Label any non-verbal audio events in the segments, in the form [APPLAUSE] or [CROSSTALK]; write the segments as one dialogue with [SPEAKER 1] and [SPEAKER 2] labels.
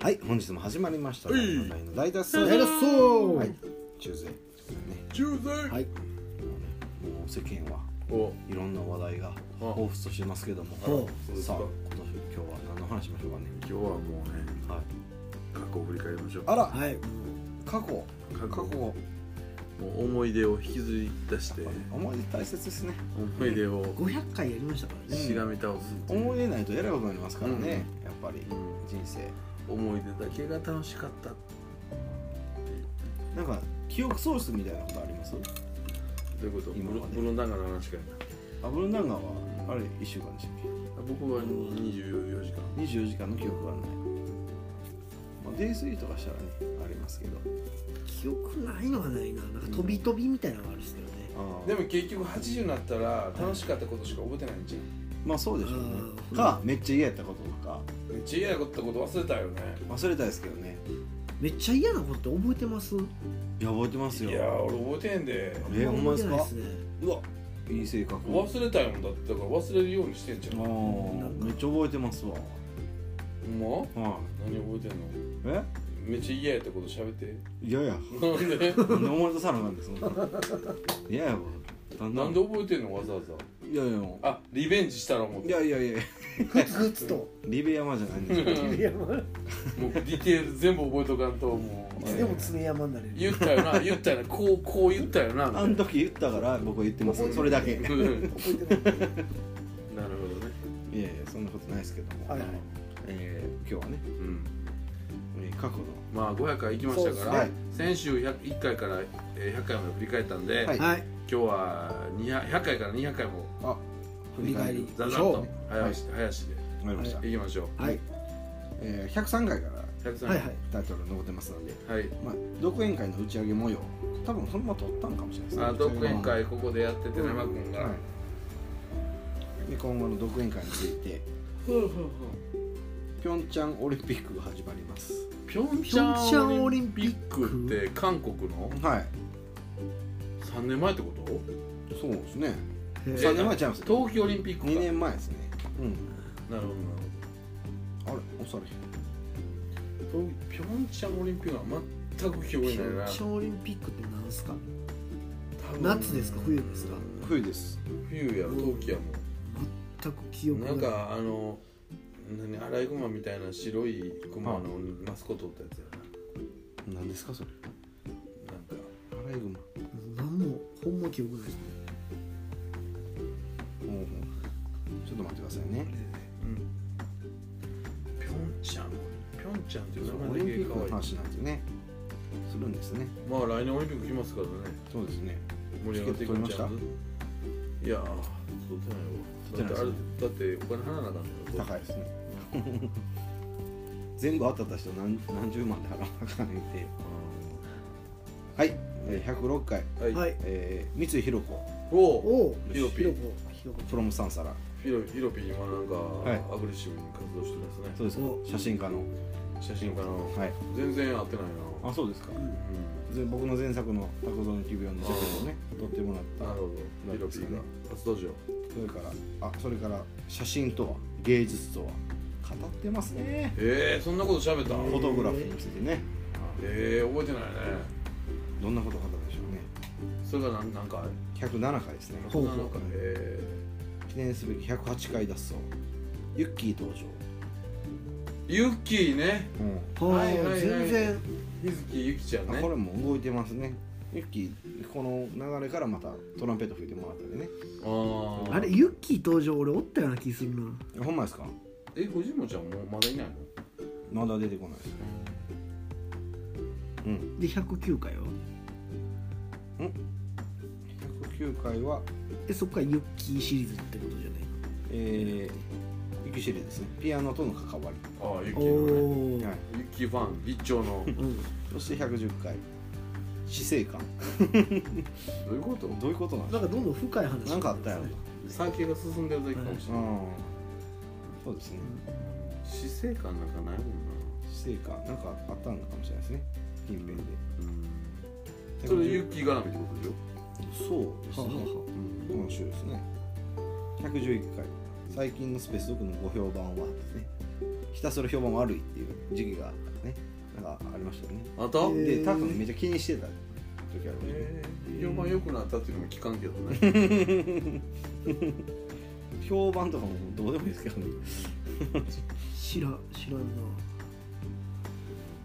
[SPEAKER 1] はい本日も始まりました「
[SPEAKER 2] は
[SPEAKER 1] ラ
[SPEAKER 2] い
[SPEAKER 1] イブライブの大脱走」
[SPEAKER 2] 大脱走
[SPEAKER 1] はい中世ね
[SPEAKER 2] 重罪
[SPEAKER 1] はいもう世間は
[SPEAKER 2] お
[SPEAKER 1] いろんな話題が彷彿としてますけども
[SPEAKER 2] ほう
[SPEAKER 1] さあ今年今日は何の話しましょうかね
[SPEAKER 2] 今日はもうね
[SPEAKER 1] はい
[SPEAKER 2] 過去を振り返りましょう
[SPEAKER 1] あら
[SPEAKER 3] はい、
[SPEAKER 1] 過去
[SPEAKER 2] 過去
[SPEAKER 1] 過去
[SPEAKER 2] もう思い出を引きずり出して
[SPEAKER 1] 思い出大切ですね
[SPEAKER 2] 思い出を
[SPEAKER 3] 500回やりましたからね。
[SPEAKER 2] しがみ倒すっていう
[SPEAKER 1] 思い出ないとやればことになりますからねやっぱり
[SPEAKER 2] うん
[SPEAKER 1] 人生
[SPEAKER 2] 思い出だけが楽しかったど
[SPEAKER 1] なんか記憶喪失みたいなことあります
[SPEAKER 2] ういうこと
[SPEAKER 1] 今
[SPEAKER 2] ブロ
[SPEAKER 1] まで
[SPEAKER 2] ブロンダンガの話かいな
[SPEAKER 1] アブルナンガはあれ1週間でしたっけ
[SPEAKER 2] 僕は24時間
[SPEAKER 1] 24時間の記憶はない、まあ、泥酔とかしたらねありますけど
[SPEAKER 3] 記憶ないのはないな。なんか飛び飛びみたいなのがあるんですけどね。
[SPEAKER 1] あー
[SPEAKER 4] でも結局80になったら楽しかったことしか覚えてないんじゃ
[SPEAKER 1] まあそうでしょうね
[SPEAKER 3] うん
[SPEAKER 1] かめっちゃ嫌やったこととか
[SPEAKER 4] んめっちゃ嫌やったこと忘れたよね
[SPEAKER 1] 忘れたいですけどね
[SPEAKER 3] めっちゃ嫌なことって覚えてます？
[SPEAKER 1] いや覚えてます
[SPEAKER 4] い
[SPEAKER 1] よ
[SPEAKER 4] やー俺覚えてへんで
[SPEAKER 1] えほんまですか
[SPEAKER 3] 覚えてないですね
[SPEAKER 1] うわいい性格あ
[SPEAKER 4] 忘れたいもんだってだから忘れるようにしてんじゃ
[SPEAKER 1] ー
[SPEAKER 4] んほん
[SPEAKER 1] めっちゃ覚えてますわ
[SPEAKER 4] ま
[SPEAKER 1] は
[SPEAKER 4] 何覚えてんの
[SPEAKER 1] いえ
[SPEAKER 4] めっちゃ嫌やったこと喋って
[SPEAKER 1] 嫌や
[SPEAKER 4] なんで
[SPEAKER 1] なんで思い出さなあかんですもんな嫌やわだんだ
[SPEAKER 4] なんで覚えてんのわざわざ
[SPEAKER 1] いやいや
[SPEAKER 4] あリベンジしたら思っ
[SPEAKER 1] い
[SPEAKER 4] て
[SPEAKER 1] やいやいや
[SPEAKER 3] グツグツと。
[SPEAKER 1] リベ山じゃないんですよ
[SPEAKER 4] うん
[SPEAKER 3] [LAUGHS] いやまあ
[SPEAKER 4] もうディテール全部覚えとかんともう
[SPEAKER 3] いつでも爪山になれる。
[SPEAKER 4] 言ったよな言ったよなこうこう言ったよなみた
[SPEAKER 1] あ
[SPEAKER 4] い
[SPEAKER 1] の
[SPEAKER 4] な
[SPEAKER 1] 時言ったから僕は言ってますそれだけいやい
[SPEAKER 4] うん
[SPEAKER 3] 覚えてない。
[SPEAKER 2] なるほどね
[SPEAKER 1] やそんなことないですけども、
[SPEAKER 3] はいはい
[SPEAKER 1] えー今日はね
[SPEAKER 2] うん
[SPEAKER 1] えー過去の
[SPEAKER 2] まあ500回行きましたから、
[SPEAKER 1] そうです
[SPEAKER 2] 先週101回からえー100回まで振り返ったんで、
[SPEAKER 1] はい
[SPEAKER 3] はい。
[SPEAKER 2] 今日は200 100回から200回も
[SPEAKER 3] 振り返り。
[SPEAKER 2] ザザッ
[SPEAKER 3] そ
[SPEAKER 2] と
[SPEAKER 3] う
[SPEAKER 2] 早足早足で
[SPEAKER 1] わかりました、
[SPEAKER 2] 行きましょう
[SPEAKER 3] はい
[SPEAKER 1] えー、103回から
[SPEAKER 2] 100さん
[SPEAKER 3] はいはい。
[SPEAKER 1] タイトル残ってますので、
[SPEAKER 2] はい
[SPEAKER 1] まあ、独演会の打ち上げ模様多分そのまま撮ったんかもしれないですね
[SPEAKER 2] あ独演会ここでやってて生君が、
[SPEAKER 1] はいで今後の独演会についてピョンチャンオリンピックが始まります
[SPEAKER 2] ピョン
[SPEAKER 3] チャンオリンピック
[SPEAKER 2] って韓国の
[SPEAKER 1] はい
[SPEAKER 2] 3年前ってこと
[SPEAKER 1] そうですね
[SPEAKER 3] え
[SPEAKER 1] 3年前ちゃいます2
[SPEAKER 2] 冬季オリンピックか
[SPEAKER 1] 年前ですねうん
[SPEAKER 2] なるほどなる
[SPEAKER 1] あれ押されへん
[SPEAKER 2] ほどピョンチャンオリンピックは全く記
[SPEAKER 3] ピ
[SPEAKER 2] 憶にない
[SPEAKER 3] ョン
[SPEAKER 2] な
[SPEAKER 3] チャンオリンピックってなんすか？
[SPEAKER 2] 多分
[SPEAKER 3] 夏ですか冬ですか
[SPEAKER 1] 冬です
[SPEAKER 2] 冬や冬季やもん
[SPEAKER 3] 全く記憶が
[SPEAKER 2] な
[SPEAKER 3] ない。
[SPEAKER 2] んかあの何アライグマみたいな白いクマのマスコットおったやつや
[SPEAKER 1] 何ですかそれ
[SPEAKER 2] ななんか
[SPEAKER 1] アライグマ
[SPEAKER 3] なんもほんま記憶ないですね。
[SPEAKER 1] おうおうちょっと待ってくださいね
[SPEAKER 2] うんピョンチャンピョンチャンっていう名
[SPEAKER 1] オ
[SPEAKER 2] 前
[SPEAKER 1] リン
[SPEAKER 2] だ
[SPEAKER 1] ピ
[SPEAKER 2] け
[SPEAKER 1] ックの
[SPEAKER 2] 可愛い
[SPEAKER 1] 話なんてねするんですね
[SPEAKER 2] まあ来年オリンピック来ますからね
[SPEAKER 1] そうですね
[SPEAKER 2] 盛り上がっていくんちゃういやー取ってないわだってあれだってお金払わなあかった
[SPEAKER 1] 高いですね [LAUGHS] 全部当たった人何何十万で払わなあかん言うてはい、えー、106回、
[SPEAKER 2] はい、
[SPEAKER 3] は
[SPEAKER 2] はい、
[SPEAKER 3] い。
[SPEAKER 1] えー、三井寛子
[SPEAKER 2] おお
[SPEAKER 3] おう。
[SPEAKER 2] ヒロピ
[SPEAKER 3] ひろこ。ひろこ。
[SPEAKER 1] プロムサンサラ
[SPEAKER 2] ヒロヒロピーはなんか、
[SPEAKER 1] い
[SPEAKER 2] アグレッシブに活動してます
[SPEAKER 1] そうですか
[SPEAKER 3] お
[SPEAKER 1] 写真家の
[SPEAKER 2] ね写真家の
[SPEAKER 1] はい
[SPEAKER 2] 全然合ってないな
[SPEAKER 1] あそうですか
[SPEAKER 2] う
[SPEAKER 1] で僕の前作の「タコゾの奇病」の写真をね撮ってもらっ
[SPEAKER 2] んなる
[SPEAKER 1] た
[SPEAKER 2] ほどヒロピーが初登場
[SPEAKER 1] それからあそれから写真とは芸術とは語ってますね
[SPEAKER 2] ええー、そんなこと喋った
[SPEAKER 1] フォトグラフィーについてね
[SPEAKER 2] ええー、覚えてないね
[SPEAKER 1] どんなこと語ったでしょうね
[SPEAKER 2] それがなんなんかあれ
[SPEAKER 1] 107回ですね
[SPEAKER 3] ほう
[SPEAKER 2] なんかえ
[SPEAKER 1] 記念すべき108回脱走ユッキー登場
[SPEAKER 2] ー、ユッキーね
[SPEAKER 1] うん
[SPEAKER 3] は
[SPEAKER 2] はい
[SPEAKER 3] い
[SPEAKER 2] はいはい
[SPEAKER 3] 全然。
[SPEAKER 2] 日月ゆきちゃん
[SPEAKER 1] あ
[SPEAKER 2] ね
[SPEAKER 1] これも動いてますねユッキーこの流れからまたトランペット吹いてもらったでね
[SPEAKER 2] あー
[SPEAKER 3] あれユッキー登場俺おったような気するな。
[SPEAKER 1] ほんまですか
[SPEAKER 2] え藤本ちゃんもうまだいないの
[SPEAKER 1] まだ出てこないですうん
[SPEAKER 3] で109回は。
[SPEAKER 1] 109回は
[SPEAKER 3] でそこからユッキーシリーズってことじゃない
[SPEAKER 1] えー、ユキシリですねピアノとの関わ
[SPEAKER 2] ああユッキー
[SPEAKER 3] お
[SPEAKER 2] のね
[SPEAKER 3] おー、
[SPEAKER 1] り、はい、
[SPEAKER 2] ユッキーファン立長の
[SPEAKER 3] うん、
[SPEAKER 1] そして110回死生観
[SPEAKER 2] どういうこと
[SPEAKER 1] どういうことなんで
[SPEAKER 3] な
[SPEAKER 1] す
[SPEAKER 3] んかどんどん深い話
[SPEAKER 1] なんかあったやろ
[SPEAKER 2] 産経が進んでるだけかもし
[SPEAKER 1] う
[SPEAKER 2] れない、
[SPEAKER 1] んそうですね
[SPEAKER 2] 死生観なんかないもんな
[SPEAKER 1] 死生観なんかあったのかもしれないですね近辺で
[SPEAKER 2] うんそれユッキー絡みってことでしょ
[SPEAKER 1] そうです
[SPEAKER 3] はあ
[SPEAKER 1] ね
[SPEAKER 3] は
[SPEAKER 1] 今週ですね111回最近のスペースドックのご評判はですねひたすら評判悪いっていう時期がねなんかありましたよね
[SPEAKER 2] あと
[SPEAKER 3] え
[SPEAKER 1] で多分めっちゃ気にしてた時あるんですね
[SPEAKER 2] ええ評判良くなったっていうのも聞かんけどね
[SPEAKER 1] 評判とかもどうでもいいですけどね
[SPEAKER 3] 知ら知らんな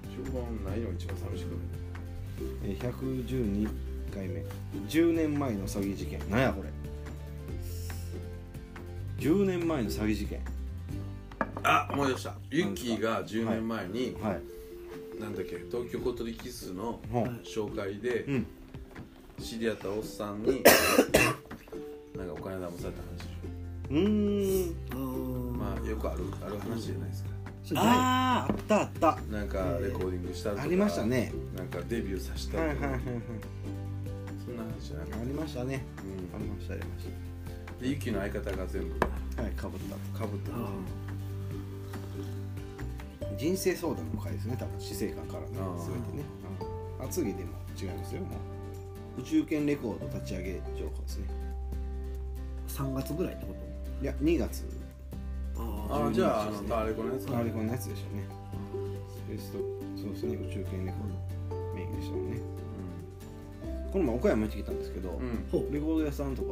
[SPEAKER 4] 評判ないのが一番寂しくない
[SPEAKER 1] えー112回目10年前の詐欺事件なんやこれ10年前の詐欺事件
[SPEAKER 2] あ思い出したユッキーが10年前に、
[SPEAKER 1] はい
[SPEAKER 2] なんだっけ東京コトリキスの
[SPEAKER 1] ほう
[SPEAKER 3] はい
[SPEAKER 2] 紹介で
[SPEAKER 1] うん
[SPEAKER 2] 知り合ったおっさんになんかお金騙された話でし
[SPEAKER 1] うーん
[SPEAKER 2] ょ
[SPEAKER 3] あー
[SPEAKER 2] まあよくあるある話じゃないですか
[SPEAKER 3] それ誰
[SPEAKER 1] あああったあった
[SPEAKER 2] なんかレコーディングしたりとか
[SPEAKER 1] ありましたね
[SPEAKER 2] なんかデビューさせた
[SPEAKER 1] はいはい
[SPEAKER 2] りと
[SPEAKER 1] はい
[SPEAKER 2] か、
[SPEAKER 1] はい
[SPEAKER 2] そんな話じゃなくて、
[SPEAKER 1] ありましたねあ
[SPEAKER 2] う
[SPEAKER 1] りましたありまし
[SPEAKER 2] ん、でユキの相方が全部
[SPEAKER 1] たはいかぶった
[SPEAKER 2] かぶった
[SPEAKER 3] あー
[SPEAKER 1] 人生相談の回ですね多分死生観からね
[SPEAKER 2] あー
[SPEAKER 1] 全てねあ次でも違いますよもう宇宙犬レコード立ち上げ情報ですね
[SPEAKER 3] 3月ぐらいってこ
[SPEAKER 1] いや2月
[SPEAKER 3] とあ
[SPEAKER 2] ああじゃああのタワレコのやつ
[SPEAKER 1] あれこのやつでしょうねスペースとそうですね宇宙犬レコードメインでしたもんねこの前岡山行ってきたんですけど、
[SPEAKER 2] うん、うん
[SPEAKER 3] あ、ほう
[SPEAKER 1] レコード屋さんとか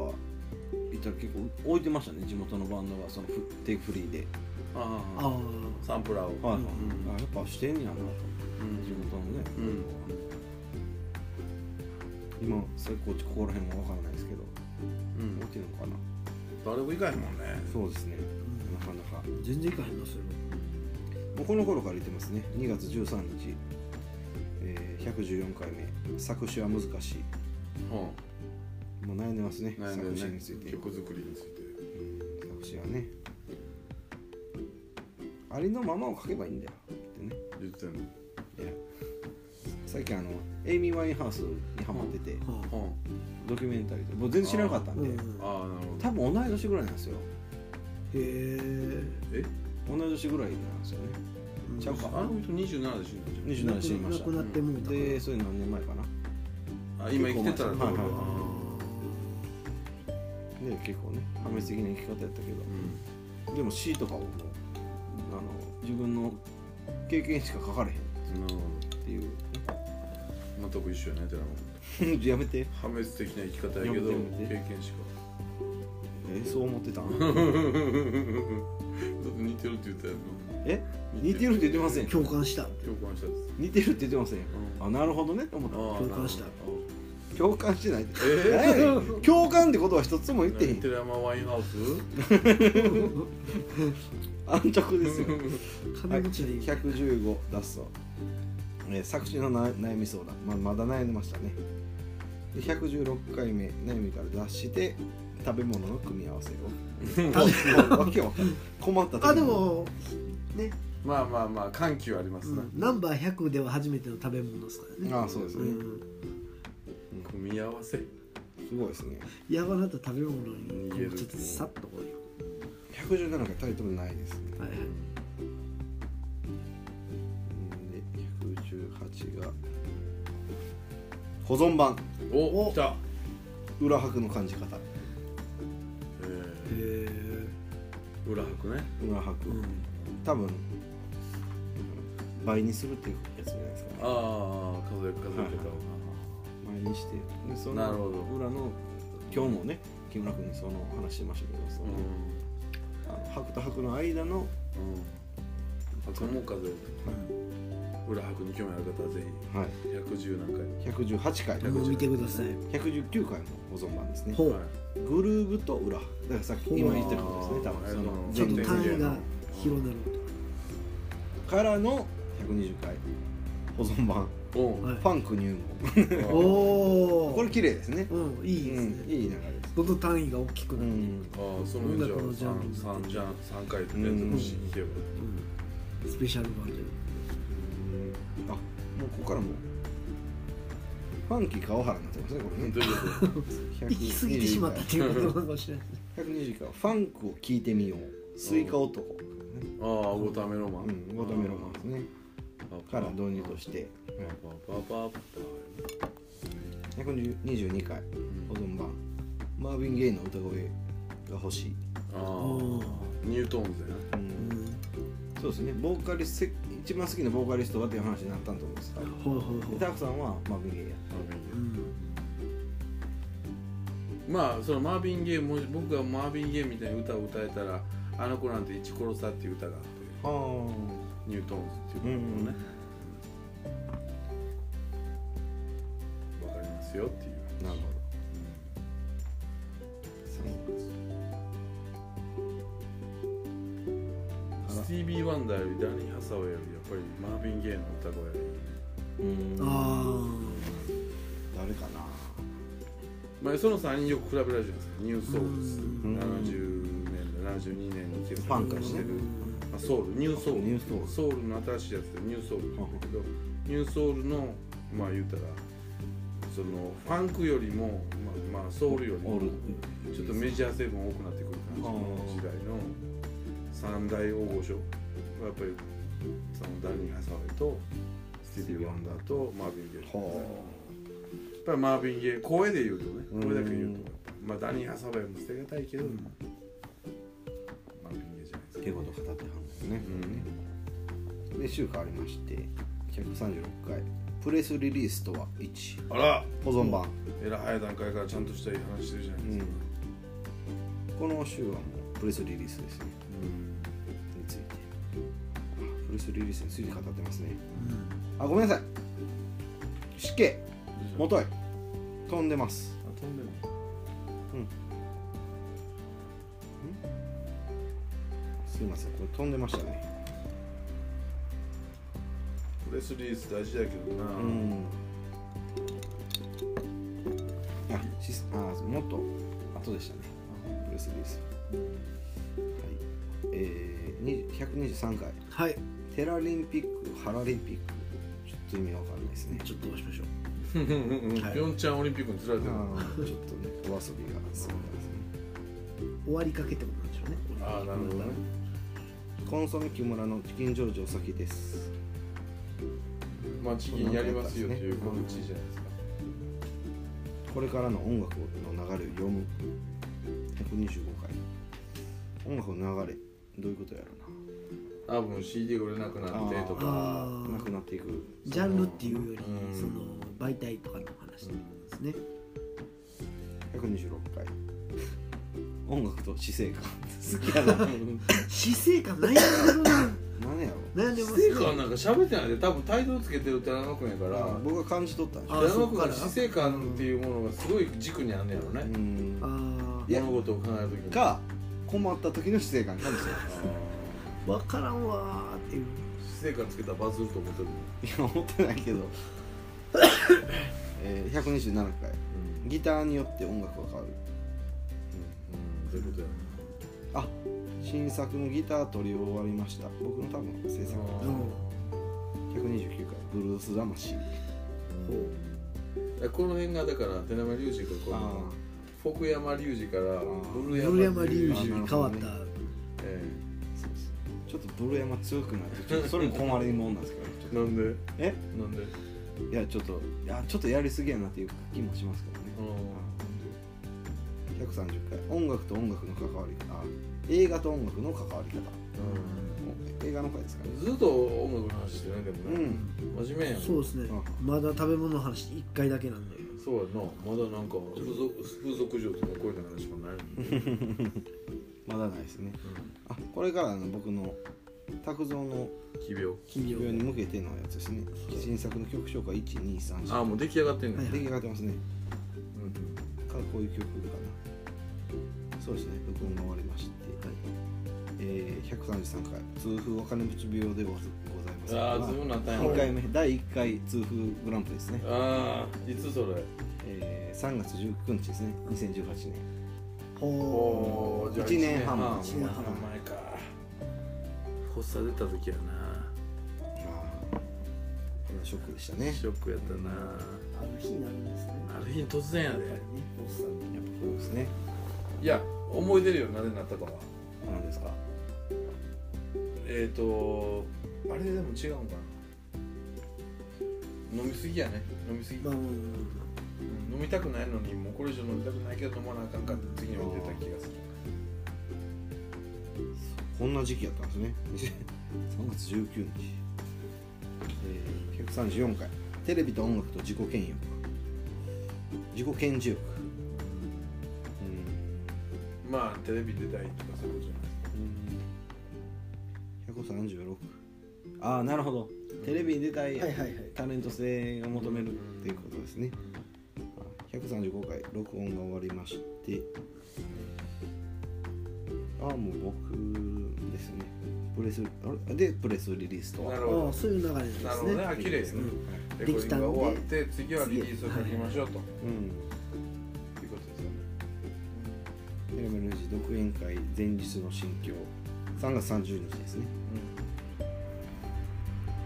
[SPEAKER 1] 行ったら結構置いてましたね地元のバンドがそのフテイクフリーで、
[SPEAKER 2] あ
[SPEAKER 3] あ
[SPEAKER 2] あ
[SPEAKER 3] ー
[SPEAKER 2] サンプラーを、
[SPEAKER 1] はい
[SPEAKER 3] うん
[SPEAKER 1] あやっぱしてんねやなと思って
[SPEAKER 2] うん
[SPEAKER 1] 地元のね、
[SPEAKER 2] うん
[SPEAKER 1] 今最高値ここら辺は分からないですけど
[SPEAKER 2] うん
[SPEAKER 1] 置いてるのかな
[SPEAKER 2] 誰も行かへんもんね
[SPEAKER 1] そうですねなかなか
[SPEAKER 3] 全然いかへんなそれ
[SPEAKER 1] もうこの頃から言ってますね2月13日、えー114回目作詞は難し
[SPEAKER 2] う
[SPEAKER 1] いもう悩んでますね
[SPEAKER 2] ん悩
[SPEAKER 1] 作
[SPEAKER 2] んで
[SPEAKER 1] 詞
[SPEAKER 2] るね
[SPEAKER 1] について
[SPEAKER 2] 曲作りについて
[SPEAKER 1] うん作詞はねありのままを書けばいいんだよってね
[SPEAKER 2] 言ってんの
[SPEAKER 1] いや最近あのエイミー・ワインハウスにハマってて、
[SPEAKER 3] はあ
[SPEAKER 2] うん
[SPEAKER 1] ドキュメンタリーとか僕全然知らなかったん
[SPEAKER 3] う
[SPEAKER 1] で、
[SPEAKER 3] ん
[SPEAKER 2] ああなるほど
[SPEAKER 1] 多分同い年ぐらいなんですよ
[SPEAKER 3] へえ
[SPEAKER 2] え
[SPEAKER 1] 同い年ぐらいなんですよねちゃうか
[SPEAKER 2] あの人27で死んだん
[SPEAKER 1] 27
[SPEAKER 2] じ
[SPEAKER 1] 知りまし
[SPEAKER 3] な
[SPEAKER 1] た
[SPEAKER 3] くなってもうたから
[SPEAKER 1] でそれ何年前かな
[SPEAKER 2] ゃんあ今生きてたら
[SPEAKER 1] 結
[SPEAKER 2] ど
[SPEAKER 1] 構前
[SPEAKER 2] うだろう
[SPEAKER 1] はいはいで結構ね破滅的な生き方やったけど
[SPEAKER 2] うん
[SPEAKER 1] でも C とかをもうあの自分の経験しか書かれへん
[SPEAKER 2] なるほ
[SPEAKER 1] っていう
[SPEAKER 2] ど全く一緒やね寺本
[SPEAKER 1] [LAUGHS] やめて
[SPEAKER 2] 破滅的な生き方やけど
[SPEAKER 1] やめてやめ
[SPEAKER 2] 経
[SPEAKER 1] て
[SPEAKER 2] 験しか
[SPEAKER 1] えそう思ってた
[SPEAKER 2] [LAUGHS] だって似てるって言ったやろ
[SPEAKER 1] え似てるって言ってません
[SPEAKER 3] 共感した
[SPEAKER 2] 共感したです
[SPEAKER 1] 似てるって言ってませんよあなるほどねと思った
[SPEAKER 2] 共
[SPEAKER 3] 共感した
[SPEAKER 1] 共感してないって
[SPEAKER 2] え
[SPEAKER 1] [LAUGHS] 何やねん共感ってことは一つも言ってへん
[SPEAKER 2] 寺山ワインハウス
[SPEAKER 1] 安直ですよ
[SPEAKER 3] 金持ちはいいね
[SPEAKER 1] 115出すと、えー作詞のな悩み相談、まあ、まだ悩んでましたねで116回目悩みから脱して食べ物の組み合わ
[SPEAKER 3] [LAUGHS]
[SPEAKER 1] せをわけわかんない困った時に
[SPEAKER 3] あでもね
[SPEAKER 2] まあまあまあ緩急あります
[SPEAKER 3] う
[SPEAKER 2] な、
[SPEAKER 3] んナンバー100では初めての食べ物ですからね
[SPEAKER 1] ああそうですね、
[SPEAKER 3] うん
[SPEAKER 2] 組み合わせ
[SPEAKER 1] すごいですね
[SPEAKER 3] やばなと食べ物に
[SPEAKER 2] 逃げる
[SPEAKER 3] ちょっとさっとこういう
[SPEAKER 1] 117回タイトルないですね
[SPEAKER 3] はいはい
[SPEAKER 1] うんで118が保存版
[SPEAKER 2] お来た
[SPEAKER 1] 裏拍の感じ方
[SPEAKER 2] え
[SPEAKER 3] へえ
[SPEAKER 2] ー、裏拍ね
[SPEAKER 1] 裏拍、
[SPEAKER 3] うん
[SPEAKER 1] 多分倍にするっていうやつじゃないですかね
[SPEAKER 2] ああ数え数えてたわ
[SPEAKER 1] 前にしてでそ
[SPEAKER 2] な
[SPEAKER 1] の
[SPEAKER 2] るほど
[SPEAKER 1] 裏の今日もね木村君にその話してましたけどその、あの白と白の間の、
[SPEAKER 2] うんうんあともう数えた裏拍に興味ある方はぜ
[SPEAKER 1] はい、
[SPEAKER 2] ひ110何回
[SPEAKER 1] 118回
[SPEAKER 3] もう見てください
[SPEAKER 1] 119回の保存版ですね
[SPEAKER 3] ほう
[SPEAKER 1] グルーブと裏だからさっき今言ってることですね多分その
[SPEAKER 3] ちょっと
[SPEAKER 1] 全
[SPEAKER 3] 単
[SPEAKER 1] 体
[SPEAKER 3] 位が広なる
[SPEAKER 1] からの120回保存版
[SPEAKER 2] おお
[SPEAKER 3] は
[SPEAKER 1] ファンク入
[SPEAKER 3] いお
[SPEAKER 1] 門
[SPEAKER 3] お
[SPEAKER 1] これ綺麗ですね
[SPEAKER 3] うんいいです
[SPEAKER 1] うん、
[SPEAKER 3] ね
[SPEAKER 1] いい流れです
[SPEAKER 3] どんどん単位が大きく
[SPEAKER 1] う
[SPEAKER 3] なる
[SPEAKER 1] ん
[SPEAKER 2] ああその辺じゃあ
[SPEAKER 3] 音楽のジャンル
[SPEAKER 2] 三三じゃん三回ってやつもしいけば
[SPEAKER 3] うんスペシャルバージョン
[SPEAKER 1] あもうここからもうファンキー川原になってますねこれね
[SPEAKER 2] どういうこと
[SPEAKER 1] 120
[SPEAKER 3] 行き過ぎてしまったっていうことなのかもしれない
[SPEAKER 1] 120回ファンクを聞いてみようスイカ男
[SPEAKER 2] ああウォーターメロマン
[SPEAKER 1] うんウォーターメロンマンですねから導入として
[SPEAKER 2] パパパパ
[SPEAKER 1] 122回保存版マーヴィン・ゲイの歌声が欲しい
[SPEAKER 2] ああ
[SPEAKER 3] おー
[SPEAKER 2] ニュートーンズだよね
[SPEAKER 1] うん
[SPEAKER 3] う
[SPEAKER 1] そうですねボーカリスト一番好きなボーカリストはっていう話になったんと思うんですか
[SPEAKER 3] ほうほうほう
[SPEAKER 1] タクさんはマーヴィン・ゲイや
[SPEAKER 3] うん
[SPEAKER 2] まあそのマービン・ゲイもし僕がマービン・ゲイみたいな歌を歌えたら「あの子なんて一殺さ」っていう歌があって
[SPEAKER 1] ああ
[SPEAKER 2] ニュートーンズっていうものをね、わかりますよっていう
[SPEAKER 1] なるほどそうあら
[SPEAKER 2] スティービー・ワンダーよりダニー・ハサウェイよりやっぱりマービン・ゲイの歌
[SPEAKER 1] うん
[SPEAKER 2] 声
[SPEAKER 3] あ
[SPEAKER 1] 誰かな
[SPEAKER 2] まあその3人よく比べられるじゃないですかニューソウルズ
[SPEAKER 1] ん
[SPEAKER 2] 70年代72年に結
[SPEAKER 1] ファンク
[SPEAKER 2] 婚
[SPEAKER 1] で
[SPEAKER 2] し
[SPEAKER 1] す
[SPEAKER 2] て
[SPEAKER 1] ね
[SPEAKER 2] る、まあ、ソウルニューソウル
[SPEAKER 1] ニューソウル
[SPEAKER 2] ソウルの新しいやつでニューソウルって言うんだけどニューソウルのまあ言うたらそのファンクよりも、まあ、まあソウルより
[SPEAKER 1] オ
[SPEAKER 2] も
[SPEAKER 1] ール
[SPEAKER 2] ちょっとメジャー成分多くなってくる感じの時代の三大大御所やっぱりそのダニー・ハサウェイとスティービー・ワンダーとマービン・ゲイや
[SPEAKER 1] は
[SPEAKER 2] っぱりマービン・ゲイ声で言うとね
[SPEAKER 1] うん
[SPEAKER 2] 声だけ言うとやっぱまあダニー・ハサウェイも捨てがたいけど、マービン・ゲイじゃないで
[SPEAKER 1] あ
[SPEAKER 2] すか
[SPEAKER 1] ってことを語ってはんですね
[SPEAKER 2] う、ん
[SPEAKER 1] で週変わりまして136回プレスリリースとは1
[SPEAKER 2] あら
[SPEAKER 1] 保存版、
[SPEAKER 2] えらい早い段階からちゃんとしたいい話してるじゃないですか、
[SPEAKER 1] この週はもうプレスリリースですね
[SPEAKER 2] うん
[SPEAKER 1] についてあプレスリリースについて語ってますねあごめんなさい湿気もとい飛んでます
[SPEAKER 2] あ飛んでる
[SPEAKER 1] すいませんこれ飛んでましたね
[SPEAKER 2] プレスリリース大事だけどな、
[SPEAKER 1] うんあシスあもっと後でしたねプレスリリースはいえーに、123回
[SPEAKER 3] はい
[SPEAKER 1] テラリンピックパラリンピックちょっと意味わかんないですね
[SPEAKER 3] ちょっと押しましょう
[SPEAKER 2] うん [LAUGHS] うんうん
[SPEAKER 3] はい
[SPEAKER 2] ピョンチャンオリンピックに釣られてるの
[SPEAKER 1] あーちょっとねお遊びがそうですね
[SPEAKER 3] 終わりかけってことなんでしょうね
[SPEAKER 2] ああなるほどね
[SPEAKER 1] コンソメ木村のチキンジョージお先です
[SPEAKER 2] まあチキンやりますよという告知じゃないですか
[SPEAKER 1] これからの音楽の流れを読む125回音楽の流れどういうことやろ
[SPEAKER 2] 多分 CD が売れなくなってとか
[SPEAKER 1] う
[SPEAKER 3] あ
[SPEAKER 1] ななく
[SPEAKER 3] あ
[SPEAKER 1] なっていく
[SPEAKER 3] ジャンルっていうより
[SPEAKER 2] うん
[SPEAKER 3] その媒体とかの話ですね
[SPEAKER 1] 126回音楽と死生観好きや
[SPEAKER 2] [LAUGHS]
[SPEAKER 1] な
[SPEAKER 3] 死生観悩んでるな
[SPEAKER 1] 何やろ
[SPEAKER 3] 悩んで
[SPEAKER 2] ス
[SPEAKER 3] ます
[SPEAKER 2] テ
[SPEAKER 3] ね
[SPEAKER 2] ーカーなんか喋ってないで多分態度つけてる寺野君やから
[SPEAKER 1] 僕は感じ取ったんでしょ
[SPEAKER 3] あ
[SPEAKER 2] 寺野
[SPEAKER 3] そっ
[SPEAKER 2] 君
[SPEAKER 3] か
[SPEAKER 2] の
[SPEAKER 3] ら
[SPEAKER 2] 死生観っていうものがすごい軸にあんねやろ
[SPEAKER 1] う
[SPEAKER 2] ね
[SPEAKER 1] ん
[SPEAKER 3] あ
[SPEAKER 1] いや
[SPEAKER 2] 物事を考えるときに
[SPEAKER 1] か困った時の死生観かもしれない
[SPEAKER 2] あー
[SPEAKER 3] あわからんわーっていう
[SPEAKER 2] 死生観つけたらバズると思ってる
[SPEAKER 1] いや思ってないけどえー127回
[SPEAKER 2] うん
[SPEAKER 1] ギターによって音楽が変わる
[SPEAKER 2] うんそういうことや
[SPEAKER 1] あ新作のギター取り終わりました僕の多分制作129回ブルース魂
[SPEAKER 2] なこの辺がだから寺山隆二君こ
[SPEAKER 1] あ
[SPEAKER 2] の福山隆二から
[SPEAKER 1] ー
[SPEAKER 2] ブル山
[SPEAKER 3] 古山
[SPEAKER 2] 隆
[SPEAKER 3] 隆
[SPEAKER 2] 二
[SPEAKER 3] 二に変わった
[SPEAKER 2] え
[SPEAKER 1] そうそうちょっとブルー山強くなってちょっとそれも困りもんなんですけど、ね、
[SPEAKER 2] えなんで
[SPEAKER 1] え
[SPEAKER 2] なんで
[SPEAKER 1] いやちょっといやちょっとやりすぎやなっていう気もしますけどね130回音楽と音楽の関わり方映画と音楽の関わり方映画の回ですかね
[SPEAKER 2] ずっと音楽の話してないでも
[SPEAKER 1] う
[SPEAKER 2] ね、
[SPEAKER 1] ん
[SPEAKER 2] 真面目やん
[SPEAKER 3] そうですね
[SPEAKER 1] う
[SPEAKER 3] まだ食べ物の話1回だけなんで
[SPEAKER 2] そうやなまだなんか風俗風俗嬢とかこういう話もないのに
[SPEAKER 1] まだないですねあこれからの僕の拓蔵の
[SPEAKER 2] 奇病
[SPEAKER 3] 君を
[SPEAKER 1] 病に向けてのやつですね新作の曲紹介1234
[SPEAKER 2] ああもう出来上がってんねん、
[SPEAKER 3] はい
[SPEAKER 1] 出来上がってますね
[SPEAKER 2] うん
[SPEAKER 1] かこういう曲かなそうですね録音が終わりまして、えー、133回痛風お金持ち病でございます
[SPEAKER 2] ああずぶになったんや
[SPEAKER 1] 1回目第1回痛風グランプリですね、
[SPEAKER 2] ああいつそれ
[SPEAKER 1] えー、3月19日ですね2018年
[SPEAKER 3] ほ
[SPEAKER 2] おーじゃあ
[SPEAKER 1] 一年半
[SPEAKER 2] 一
[SPEAKER 1] 一
[SPEAKER 2] 年
[SPEAKER 1] 年
[SPEAKER 2] 半
[SPEAKER 1] 半
[SPEAKER 2] 前か発作出た時や
[SPEAKER 1] あーこれはショックでした
[SPEAKER 2] な
[SPEAKER 1] ね
[SPEAKER 2] ショックやったな
[SPEAKER 3] うある日になるんですね
[SPEAKER 2] ある日突然やで
[SPEAKER 3] おっさん
[SPEAKER 1] やっぱそうですね
[SPEAKER 2] いや思い出るよなぜなったかは
[SPEAKER 1] 何ですか
[SPEAKER 2] えっ、ー、とあれでも違うんかな飲みすぎやね飲みすぎ、
[SPEAKER 3] まあまあま
[SPEAKER 2] うん飲みたくないのにもうこれ以上飲みたくないけど飲まなあかんかって次に置いてた気がする
[SPEAKER 1] こんな時期やったんですね3月19日、えー134回テレビと音楽と自己権欲自己顕示欲
[SPEAKER 2] まあテレビ出たいとかそういうことじゃな
[SPEAKER 1] うん
[SPEAKER 2] い
[SPEAKER 1] 136ああなるほどテレビに出たい
[SPEAKER 3] はいはいはい
[SPEAKER 1] タレント性を求めるっていうことですね135回録音が終わりましてああもう僕ですねプレスあれでプレスリリースと
[SPEAKER 2] なるほど
[SPEAKER 3] ああそういう流れですね
[SPEAKER 2] なるほどねあ綺麗ですねレコーディングが終わって次はリリースを書きましょうと
[SPEAKER 1] うん
[SPEAKER 2] いうことですよ
[SPEAKER 1] メラ
[SPEAKER 2] ね
[SPEAKER 1] メラジ独演会前日の心境3月30日ですね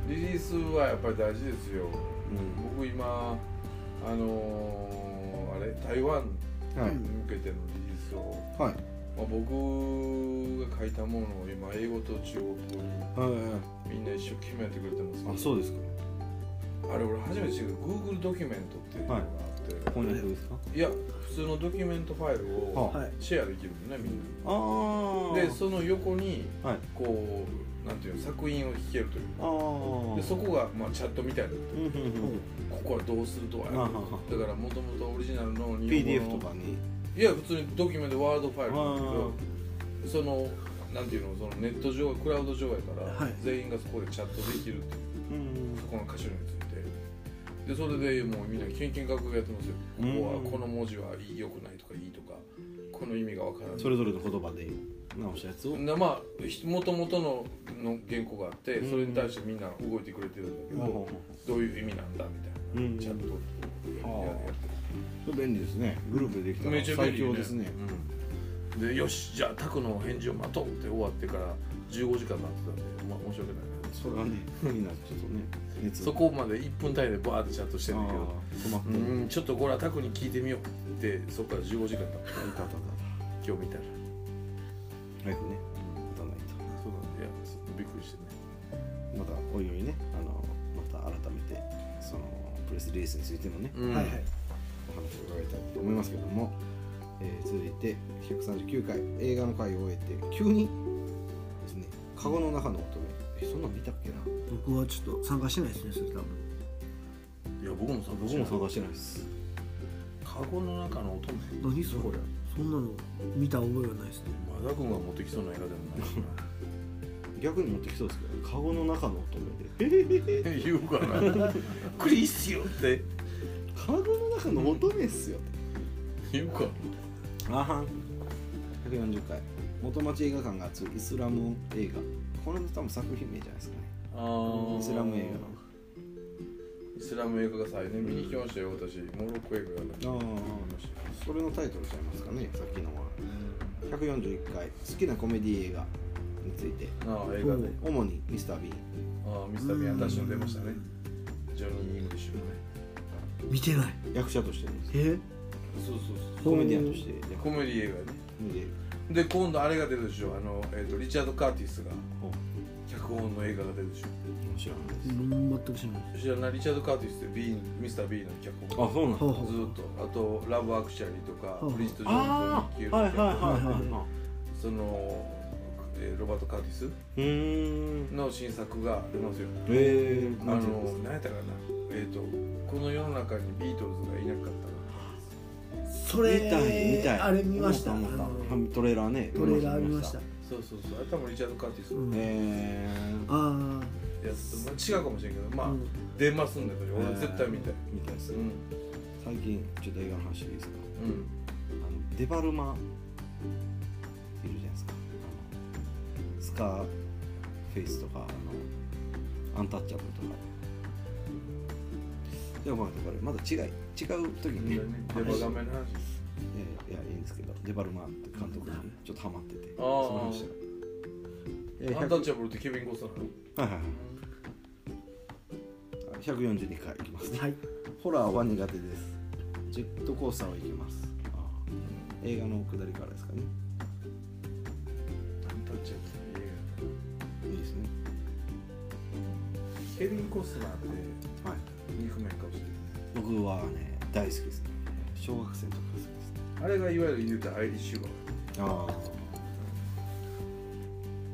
[SPEAKER 2] リリースはやっぱり大事ですよ
[SPEAKER 1] う
[SPEAKER 2] 僕今あのーあれ台湾
[SPEAKER 1] んはい
[SPEAKER 2] に向けてのリリースを、
[SPEAKER 1] はい
[SPEAKER 2] まあ、僕が書いたものを今英語と中国語に
[SPEAKER 1] はい
[SPEAKER 2] みんな一生懸命やってくれてます
[SPEAKER 1] あそうですか
[SPEAKER 2] あれ俺初めて知ったけど Google ドキュメントっていうのがあって、
[SPEAKER 1] 翻訳ですか
[SPEAKER 2] い、や普通のドキュメントファイルを
[SPEAKER 1] は
[SPEAKER 3] はい
[SPEAKER 2] シェアできるのねみん
[SPEAKER 1] ああ
[SPEAKER 2] なでその横に
[SPEAKER 1] はい
[SPEAKER 2] こうなんていうの作品を弾けるという
[SPEAKER 1] ああ
[SPEAKER 2] でそこが、まあ、チャットみたいな
[SPEAKER 1] うんうんうん
[SPEAKER 2] ここはどうするとは
[SPEAKER 1] あはは
[SPEAKER 2] だからもともとオリジナルの日本
[SPEAKER 1] PDF
[SPEAKER 2] 語の
[SPEAKER 1] とかに
[SPEAKER 2] いや普通にドキュメントワードファイルなんだけどそのなんていうのそのネット上クラウド上やから、
[SPEAKER 3] はい
[SPEAKER 2] 全員がそこでチャットできるっていう
[SPEAKER 1] うん
[SPEAKER 2] そこの箇所についてでそれでもうみんなけんけんがくがやってますよ
[SPEAKER 1] うん
[SPEAKER 2] ここはこの文字はいい良くないとかいいとかこの意味がわからない
[SPEAKER 1] それぞれの言葉で直したやつを
[SPEAKER 2] なまあひ元々のの原稿があって
[SPEAKER 1] うん
[SPEAKER 2] それに対してみんな動いてくれてるんだけど、どういう意味なんだみたいな、
[SPEAKER 1] うん
[SPEAKER 2] チャットをやって
[SPEAKER 1] それ便利ですねグループでできた
[SPEAKER 2] め
[SPEAKER 1] ら
[SPEAKER 2] ちゃ便
[SPEAKER 1] 最
[SPEAKER 2] 利、ね、
[SPEAKER 1] 強ですね、
[SPEAKER 2] うんでよしじゃあタクの返事を待とうって終わってから15時間経ってたんで、まあ、申し訳ないな
[SPEAKER 1] それはねみんなちょっとね熱
[SPEAKER 2] そこまで1分単位でバーってチャットしてんだけど
[SPEAKER 1] あー困っ
[SPEAKER 2] う
[SPEAKER 1] てる
[SPEAKER 2] ーんちょっとこれはタクに聞いてみようってそこから15時
[SPEAKER 1] いた
[SPEAKER 2] 間経った
[SPEAKER 1] たたた
[SPEAKER 2] 今日見たら
[SPEAKER 1] 早くね打たないと
[SPEAKER 2] そうなんだいやちょっとびっくりしてね
[SPEAKER 1] またおいおいねあのまた改めてそのプレスリリースについてもね、
[SPEAKER 2] うん
[SPEAKER 3] はいはい
[SPEAKER 1] お話を伺いたいと思いますけども、えー続いて139回映画の回を終えて急にですね「カゴの中の乙女」えそんなん見たっけな
[SPEAKER 3] 僕はちょっと参加してないですねそれ多分
[SPEAKER 2] いや僕もさ
[SPEAKER 1] 僕も探してないです
[SPEAKER 2] カゴの中の乙女
[SPEAKER 3] 何それ
[SPEAKER 2] これ
[SPEAKER 3] そんなの見た覚えはないですね
[SPEAKER 2] 和田君が持ってきそうな映画でもないし
[SPEAKER 1] 逆に持ってきそうですけど「カゴの中の乙女」で「えへへへ
[SPEAKER 2] な [LAUGHS] 言うかなクリスよって
[SPEAKER 1] [LAUGHS] カゴの中の乙女っすよ」
[SPEAKER 2] 言うか
[SPEAKER 1] あはん140回元町映画館が熱いイスラム映画これの多分作品名じゃないですかね
[SPEAKER 2] あー
[SPEAKER 1] イスラム映
[SPEAKER 2] イスラム映画がさ年見に来ましたよ私モロッコ映画
[SPEAKER 1] 画の
[SPEAKER 2] が
[SPEAKER 1] あ
[SPEAKER 2] 見まし
[SPEAKER 1] あそれのタイトルちゃいますかねさっきのは
[SPEAKER 2] た
[SPEAKER 1] 141回好きなコメディ映画について
[SPEAKER 2] ああ映画ね
[SPEAKER 1] 主にミスター・ビーン
[SPEAKER 2] ああミスター・ビアンダーション出ましたねジョニー・イングリッシュのね
[SPEAKER 3] 見てない
[SPEAKER 1] 役者としてね
[SPEAKER 3] え
[SPEAKER 2] そうそうそ
[SPEAKER 1] コメディアンとして
[SPEAKER 2] う
[SPEAKER 1] 役
[SPEAKER 2] コメディ映画ね
[SPEAKER 1] で
[SPEAKER 2] で今度あれが出るでしょあの、えー、とリチャード・カーティスが
[SPEAKER 1] ほう
[SPEAKER 2] 脚本の映画が出るでしょ
[SPEAKER 1] 面白いです
[SPEAKER 3] うん全く知らない
[SPEAKER 2] 知らないリチャード・カーティスってビーンミスター・ビーンの脚本
[SPEAKER 1] あそうなん
[SPEAKER 3] ほう
[SPEAKER 2] ず
[SPEAKER 3] ほう
[SPEAKER 2] ーっとあとラブ・アクシャリーとか
[SPEAKER 3] ほう
[SPEAKER 2] ブリジット・ジョ
[SPEAKER 1] あ
[SPEAKER 2] ンソン
[SPEAKER 1] あはいはいはい
[SPEAKER 2] い
[SPEAKER 1] はいは
[SPEAKER 2] その、えーロバート・カーティス
[SPEAKER 1] いうーん
[SPEAKER 2] の新作が出ますよ
[SPEAKER 1] えー、な
[SPEAKER 2] あの
[SPEAKER 1] んていうんですか
[SPEAKER 2] 何やったかなえっ、とこの世の中にビートルズがいなかったら
[SPEAKER 3] それ
[SPEAKER 1] 見たい見たい
[SPEAKER 3] あれ見ました
[SPEAKER 1] 思った
[SPEAKER 3] あ
[SPEAKER 1] 思った
[SPEAKER 3] の
[SPEAKER 1] トレーラーね
[SPEAKER 3] トレーラー見ました
[SPEAKER 2] そうそうそうあれ多分リチャード・カーティスの
[SPEAKER 3] うん
[SPEAKER 1] えー、
[SPEAKER 3] あ
[SPEAKER 2] やつ、まあ、違うかもしれんけどま
[SPEAKER 3] あ
[SPEAKER 2] あ、
[SPEAKER 3] うん
[SPEAKER 2] 出ますんだけど俺絶対見たい、
[SPEAKER 1] 見たいです
[SPEAKER 2] うん
[SPEAKER 1] 最近ちょっと映画の話でいいですか
[SPEAKER 2] うん
[SPEAKER 1] あのデバルマいるじゃないですかあのスカーフェイスとかあのアンタッチャブルとかでもまあこれまだ違い違う時にね
[SPEAKER 2] デバ
[SPEAKER 1] 話
[SPEAKER 2] 画面の話
[SPEAKER 1] いやいやいいんですけどデバルマって監督がねちょっとハマってて
[SPEAKER 2] あー
[SPEAKER 1] その話がえー
[SPEAKER 2] アンタッ
[SPEAKER 1] 100
[SPEAKER 2] チャブルってケビン・コスナーの
[SPEAKER 1] はいはいはい142回いきますね
[SPEAKER 3] はい
[SPEAKER 1] ホラーは苦手です。ジェットコースターは行けます。映画の下りからですかね。
[SPEAKER 2] アンタッチャブルって
[SPEAKER 1] いいですね。
[SPEAKER 2] ケビン・コスナーって
[SPEAKER 1] はい。
[SPEAKER 2] 肉面かもしれない
[SPEAKER 1] 僕はね、大好きですね。小学生とか好きですね。
[SPEAKER 2] あれがいわゆる言うたらアイリッシュ語
[SPEAKER 1] ああ。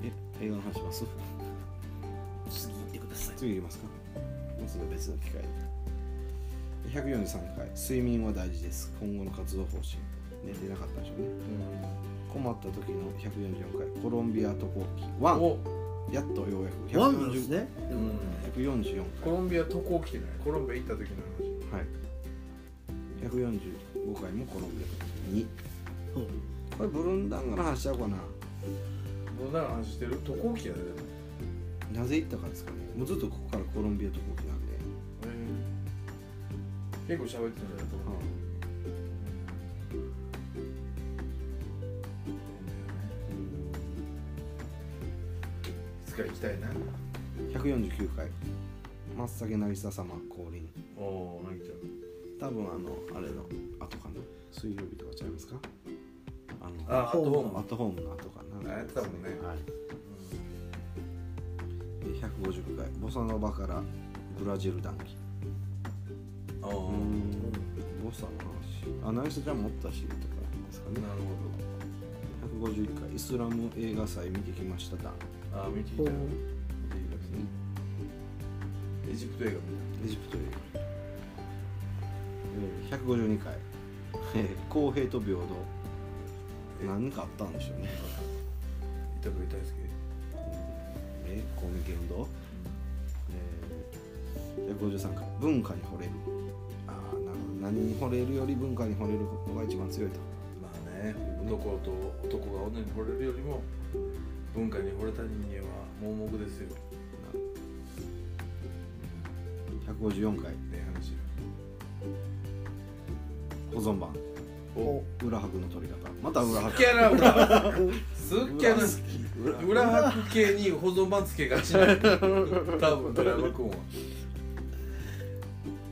[SPEAKER 1] え、映画の話します
[SPEAKER 3] 次行ってください
[SPEAKER 1] 次いきますかもうすぐ別の機会で143回睡眠は大事です今後の活動方針寝てなかったでしょうね困った時の144回コロンビア渡航記ワン
[SPEAKER 4] お
[SPEAKER 1] やっとようやく
[SPEAKER 3] ワンなんです
[SPEAKER 1] 140
[SPEAKER 3] ね
[SPEAKER 1] う
[SPEAKER 3] でも
[SPEAKER 1] ん
[SPEAKER 4] コ
[SPEAKER 1] 144回
[SPEAKER 4] ロンビア渡航来てない
[SPEAKER 2] コロンビア行った時の話
[SPEAKER 1] はい145回もコロンビア2
[SPEAKER 3] そう
[SPEAKER 1] これブルンダンガの話しちゃうかな
[SPEAKER 4] どんなの話してる
[SPEAKER 2] 渡航期やで、ね、
[SPEAKER 1] なぜ行ったかですかねもうずっとここからコロンビア渡航記なんで、
[SPEAKER 4] 結構喋ってたんだよと思う
[SPEAKER 2] いつか行きたいな
[SPEAKER 1] 149回松茸渚様降臨
[SPEAKER 2] おおなぎちゃん
[SPEAKER 1] 多分あのあれの後かな水曜日とかちゃいますかあの
[SPEAKER 2] あアットホー
[SPEAKER 1] ア
[SPEAKER 2] ム
[SPEAKER 1] ットホームの後かな
[SPEAKER 2] あやってたもんね
[SPEAKER 1] はいで150回ボサノバからブラジル談義
[SPEAKER 2] あ
[SPEAKER 1] う
[SPEAKER 2] ー
[SPEAKER 1] んボサの話あナイスちゃん持ったしとかですかね
[SPEAKER 2] なる
[SPEAKER 1] 151回イスラム映画祭見てきました談
[SPEAKER 2] ほどあー見てき
[SPEAKER 3] ほ
[SPEAKER 2] た
[SPEAKER 3] う
[SPEAKER 2] いいですねエジプト映画み
[SPEAKER 1] エジプト映画えー152回えー公平と平等何かあったんでしょうね
[SPEAKER 2] たいな板倉大輔
[SPEAKER 1] えーコミケ運動、えー、153回文化に惚れるああなるほど何に惚れるより文化に惚れることが一番強いと
[SPEAKER 2] まあね男と男が女に惚れるよりも文化に惚れた人間は盲目ですよ
[SPEAKER 1] 154回
[SPEAKER 2] ね話
[SPEAKER 1] 保存版
[SPEAKER 2] お
[SPEAKER 1] 裏拍の取り方また裏
[SPEAKER 2] 好
[SPEAKER 1] 拍
[SPEAKER 2] きやな裏すっきやな
[SPEAKER 1] 裏拍
[SPEAKER 2] 裏白系に保存版つけがちなの [LAUGHS] 多分村山君は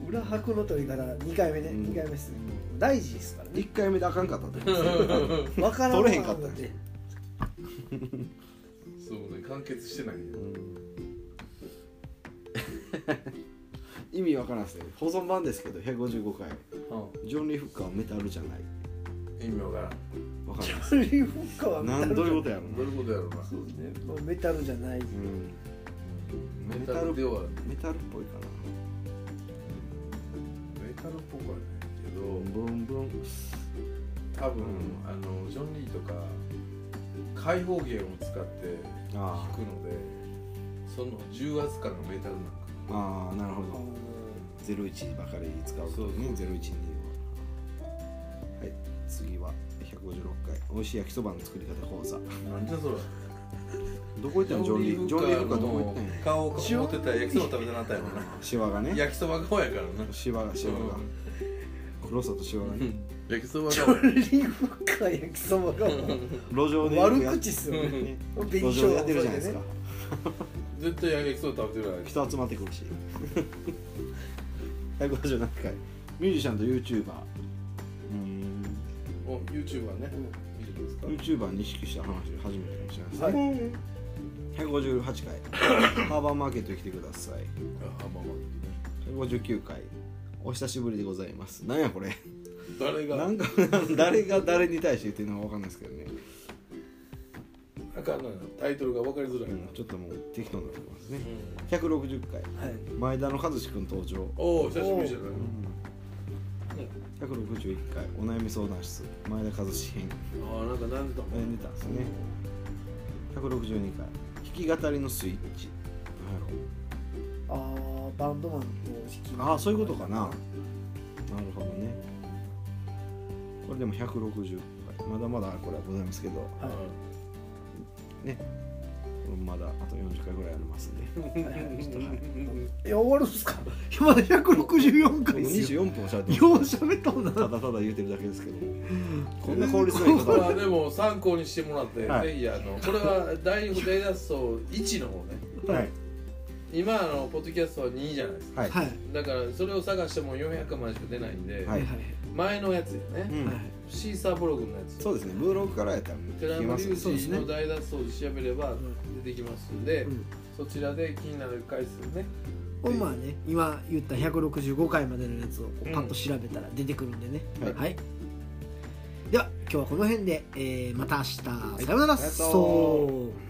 [SPEAKER 3] 裏拍の取り方2回目ね、
[SPEAKER 1] うん
[SPEAKER 3] 二回目ですね大事ですからね
[SPEAKER 1] 1回目であかんかったってう
[SPEAKER 3] 分からんわ
[SPEAKER 1] 取れへんかった
[SPEAKER 3] だって
[SPEAKER 2] そうね完結してないよ
[SPEAKER 1] ん [LAUGHS] 意味わからんですね保存版ですけど155回ジョン・リー・フッカーはメタルじゃない
[SPEAKER 2] 意味わからん
[SPEAKER 1] わからんです
[SPEAKER 3] それよっかはメタ
[SPEAKER 1] 何どうい
[SPEAKER 3] ルじ
[SPEAKER 1] う
[SPEAKER 3] ゃ
[SPEAKER 1] ことやろ
[SPEAKER 2] どう
[SPEAKER 1] な
[SPEAKER 2] いうことやろうな
[SPEAKER 3] そうですねまあメタルじゃない
[SPEAKER 1] うん
[SPEAKER 2] メタルでは
[SPEAKER 1] メタルっぽいかな
[SPEAKER 2] メタルっぽくはないけど
[SPEAKER 1] ブンブン
[SPEAKER 2] 多分あのジョン・リーとか開放弦を使って弾
[SPEAKER 1] あ
[SPEAKER 2] くのでその重圧感がメタルなのか
[SPEAKER 1] あああなるほど01ばかり使う
[SPEAKER 2] そうそう
[SPEAKER 1] ね012ははい次は156回美味しい焼きそばの作り方講座
[SPEAKER 2] なんじゃそれ
[SPEAKER 1] どこ行ったんジョンリージョンリーフかどこ行ったんや
[SPEAKER 2] 顔を持ってたら焼きそば食べたなったやろな
[SPEAKER 1] シワがね
[SPEAKER 2] 焼きそば顔やからな
[SPEAKER 1] シワがシワが黒さとシワがね
[SPEAKER 2] 焼きそば
[SPEAKER 3] ジ
[SPEAKER 2] 顔
[SPEAKER 3] ョンリー・フッカー焼きそばがもう
[SPEAKER 1] 路上でよくやっ
[SPEAKER 3] 悪口っすよね
[SPEAKER 1] ね
[SPEAKER 3] 紅
[SPEAKER 1] 路
[SPEAKER 3] 生姜
[SPEAKER 1] 上でやってるじゃないですか
[SPEAKER 2] 絶対焼きそば食べてるわ
[SPEAKER 1] 人集まってくる [LAUGHS] し157回ミュージシャンと YouTuber うーん
[SPEAKER 4] お YouTuber ね見てるんですか
[SPEAKER 1] YouTuber に意識した話初めてかもしれないですね
[SPEAKER 3] はい
[SPEAKER 1] 158回 [LAUGHS] ハーバーマーケットに来てください
[SPEAKER 2] あまあまあ
[SPEAKER 1] 159回お久しぶりでございますなんやこれ
[SPEAKER 2] 誰が
[SPEAKER 1] なんか [LAUGHS] 誰が誰に対して言ってるのかわかんないですけどね、
[SPEAKER 4] あかんのよタイトルが分かりづらいな、
[SPEAKER 1] うんちょっともう適当になってますね
[SPEAKER 4] うん
[SPEAKER 1] 160回
[SPEAKER 3] はい
[SPEAKER 1] 前田の和志くん登場
[SPEAKER 4] おお久しぶりじゃない
[SPEAKER 1] 161回お悩み相談室前田和志編
[SPEAKER 4] ああなんかなんだ
[SPEAKER 1] えー出たんですね162回弾き語りのスイッチなんやろ
[SPEAKER 3] あーバンドマンと弾き
[SPEAKER 1] ああそういうことかななるほどねこれでも160回まだまだこれはございますけど
[SPEAKER 3] はい
[SPEAKER 1] まだあと40回ぐらいありますんで
[SPEAKER 3] はいちょっとはい
[SPEAKER 4] い
[SPEAKER 3] いや終わるんすかまだ164回っすよ
[SPEAKER 1] 24分しゃべ [LAUGHS] って
[SPEAKER 3] よう
[SPEAKER 1] ます
[SPEAKER 3] 喋ったんだ
[SPEAKER 1] ただただ言うてるだけですけどこんな効率のいい
[SPEAKER 4] こ
[SPEAKER 1] こ
[SPEAKER 4] とれ
[SPEAKER 1] [LAUGHS] は
[SPEAKER 4] はでも参考にしてもらって、
[SPEAKER 1] はい
[SPEAKER 4] ぜひあのこれは第大脱走1の方ね
[SPEAKER 1] はい
[SPEAKER 4] 今あのポッドキャストは2じゃないですか
[SPEAKER 1] はい
[SPEAKER 3] はい
[SPEAKER 4] だからそれを探しても400枚しか出ないんで、
[SPEAKER 1] はい
[SPEAKER 4] 前のやつよね、
[SPEAKER 1] うん
[SPEAKER 4] シーサーブログのやつ
[SPEAKER 1] そうですねブログからやったら
[SPEAKER 4] 寺
[SPEAKER 1] 聞け
[SPEAKER 4] 山
[SPEAKER 1] ます
[SPEAKER 4] 隆
[SPEAKER 1] ね
[SPEAKER 3] そうです
[SPEAKER 4] 二
[SPEAKER 3] ね
[SPEAKER 4] の大脱走で調べれば出てきますんで、
[SPEAKER 3] うん
[SPEAKER 4] そちらで気になる回数ね
[SPEAKER 3] ほんまはね今言った165回までのやつをこう
[SPEAKER 4] うん
[SPEAKER 3] パッと調べたら出てくるんでね、
[SPEAKER 1] はい
[SPEAKER 3] はいでは今日はこの辺で、えーまた明日、さようなら
[SPEAKER 1] ありがとう
[SPEAKER 3] そう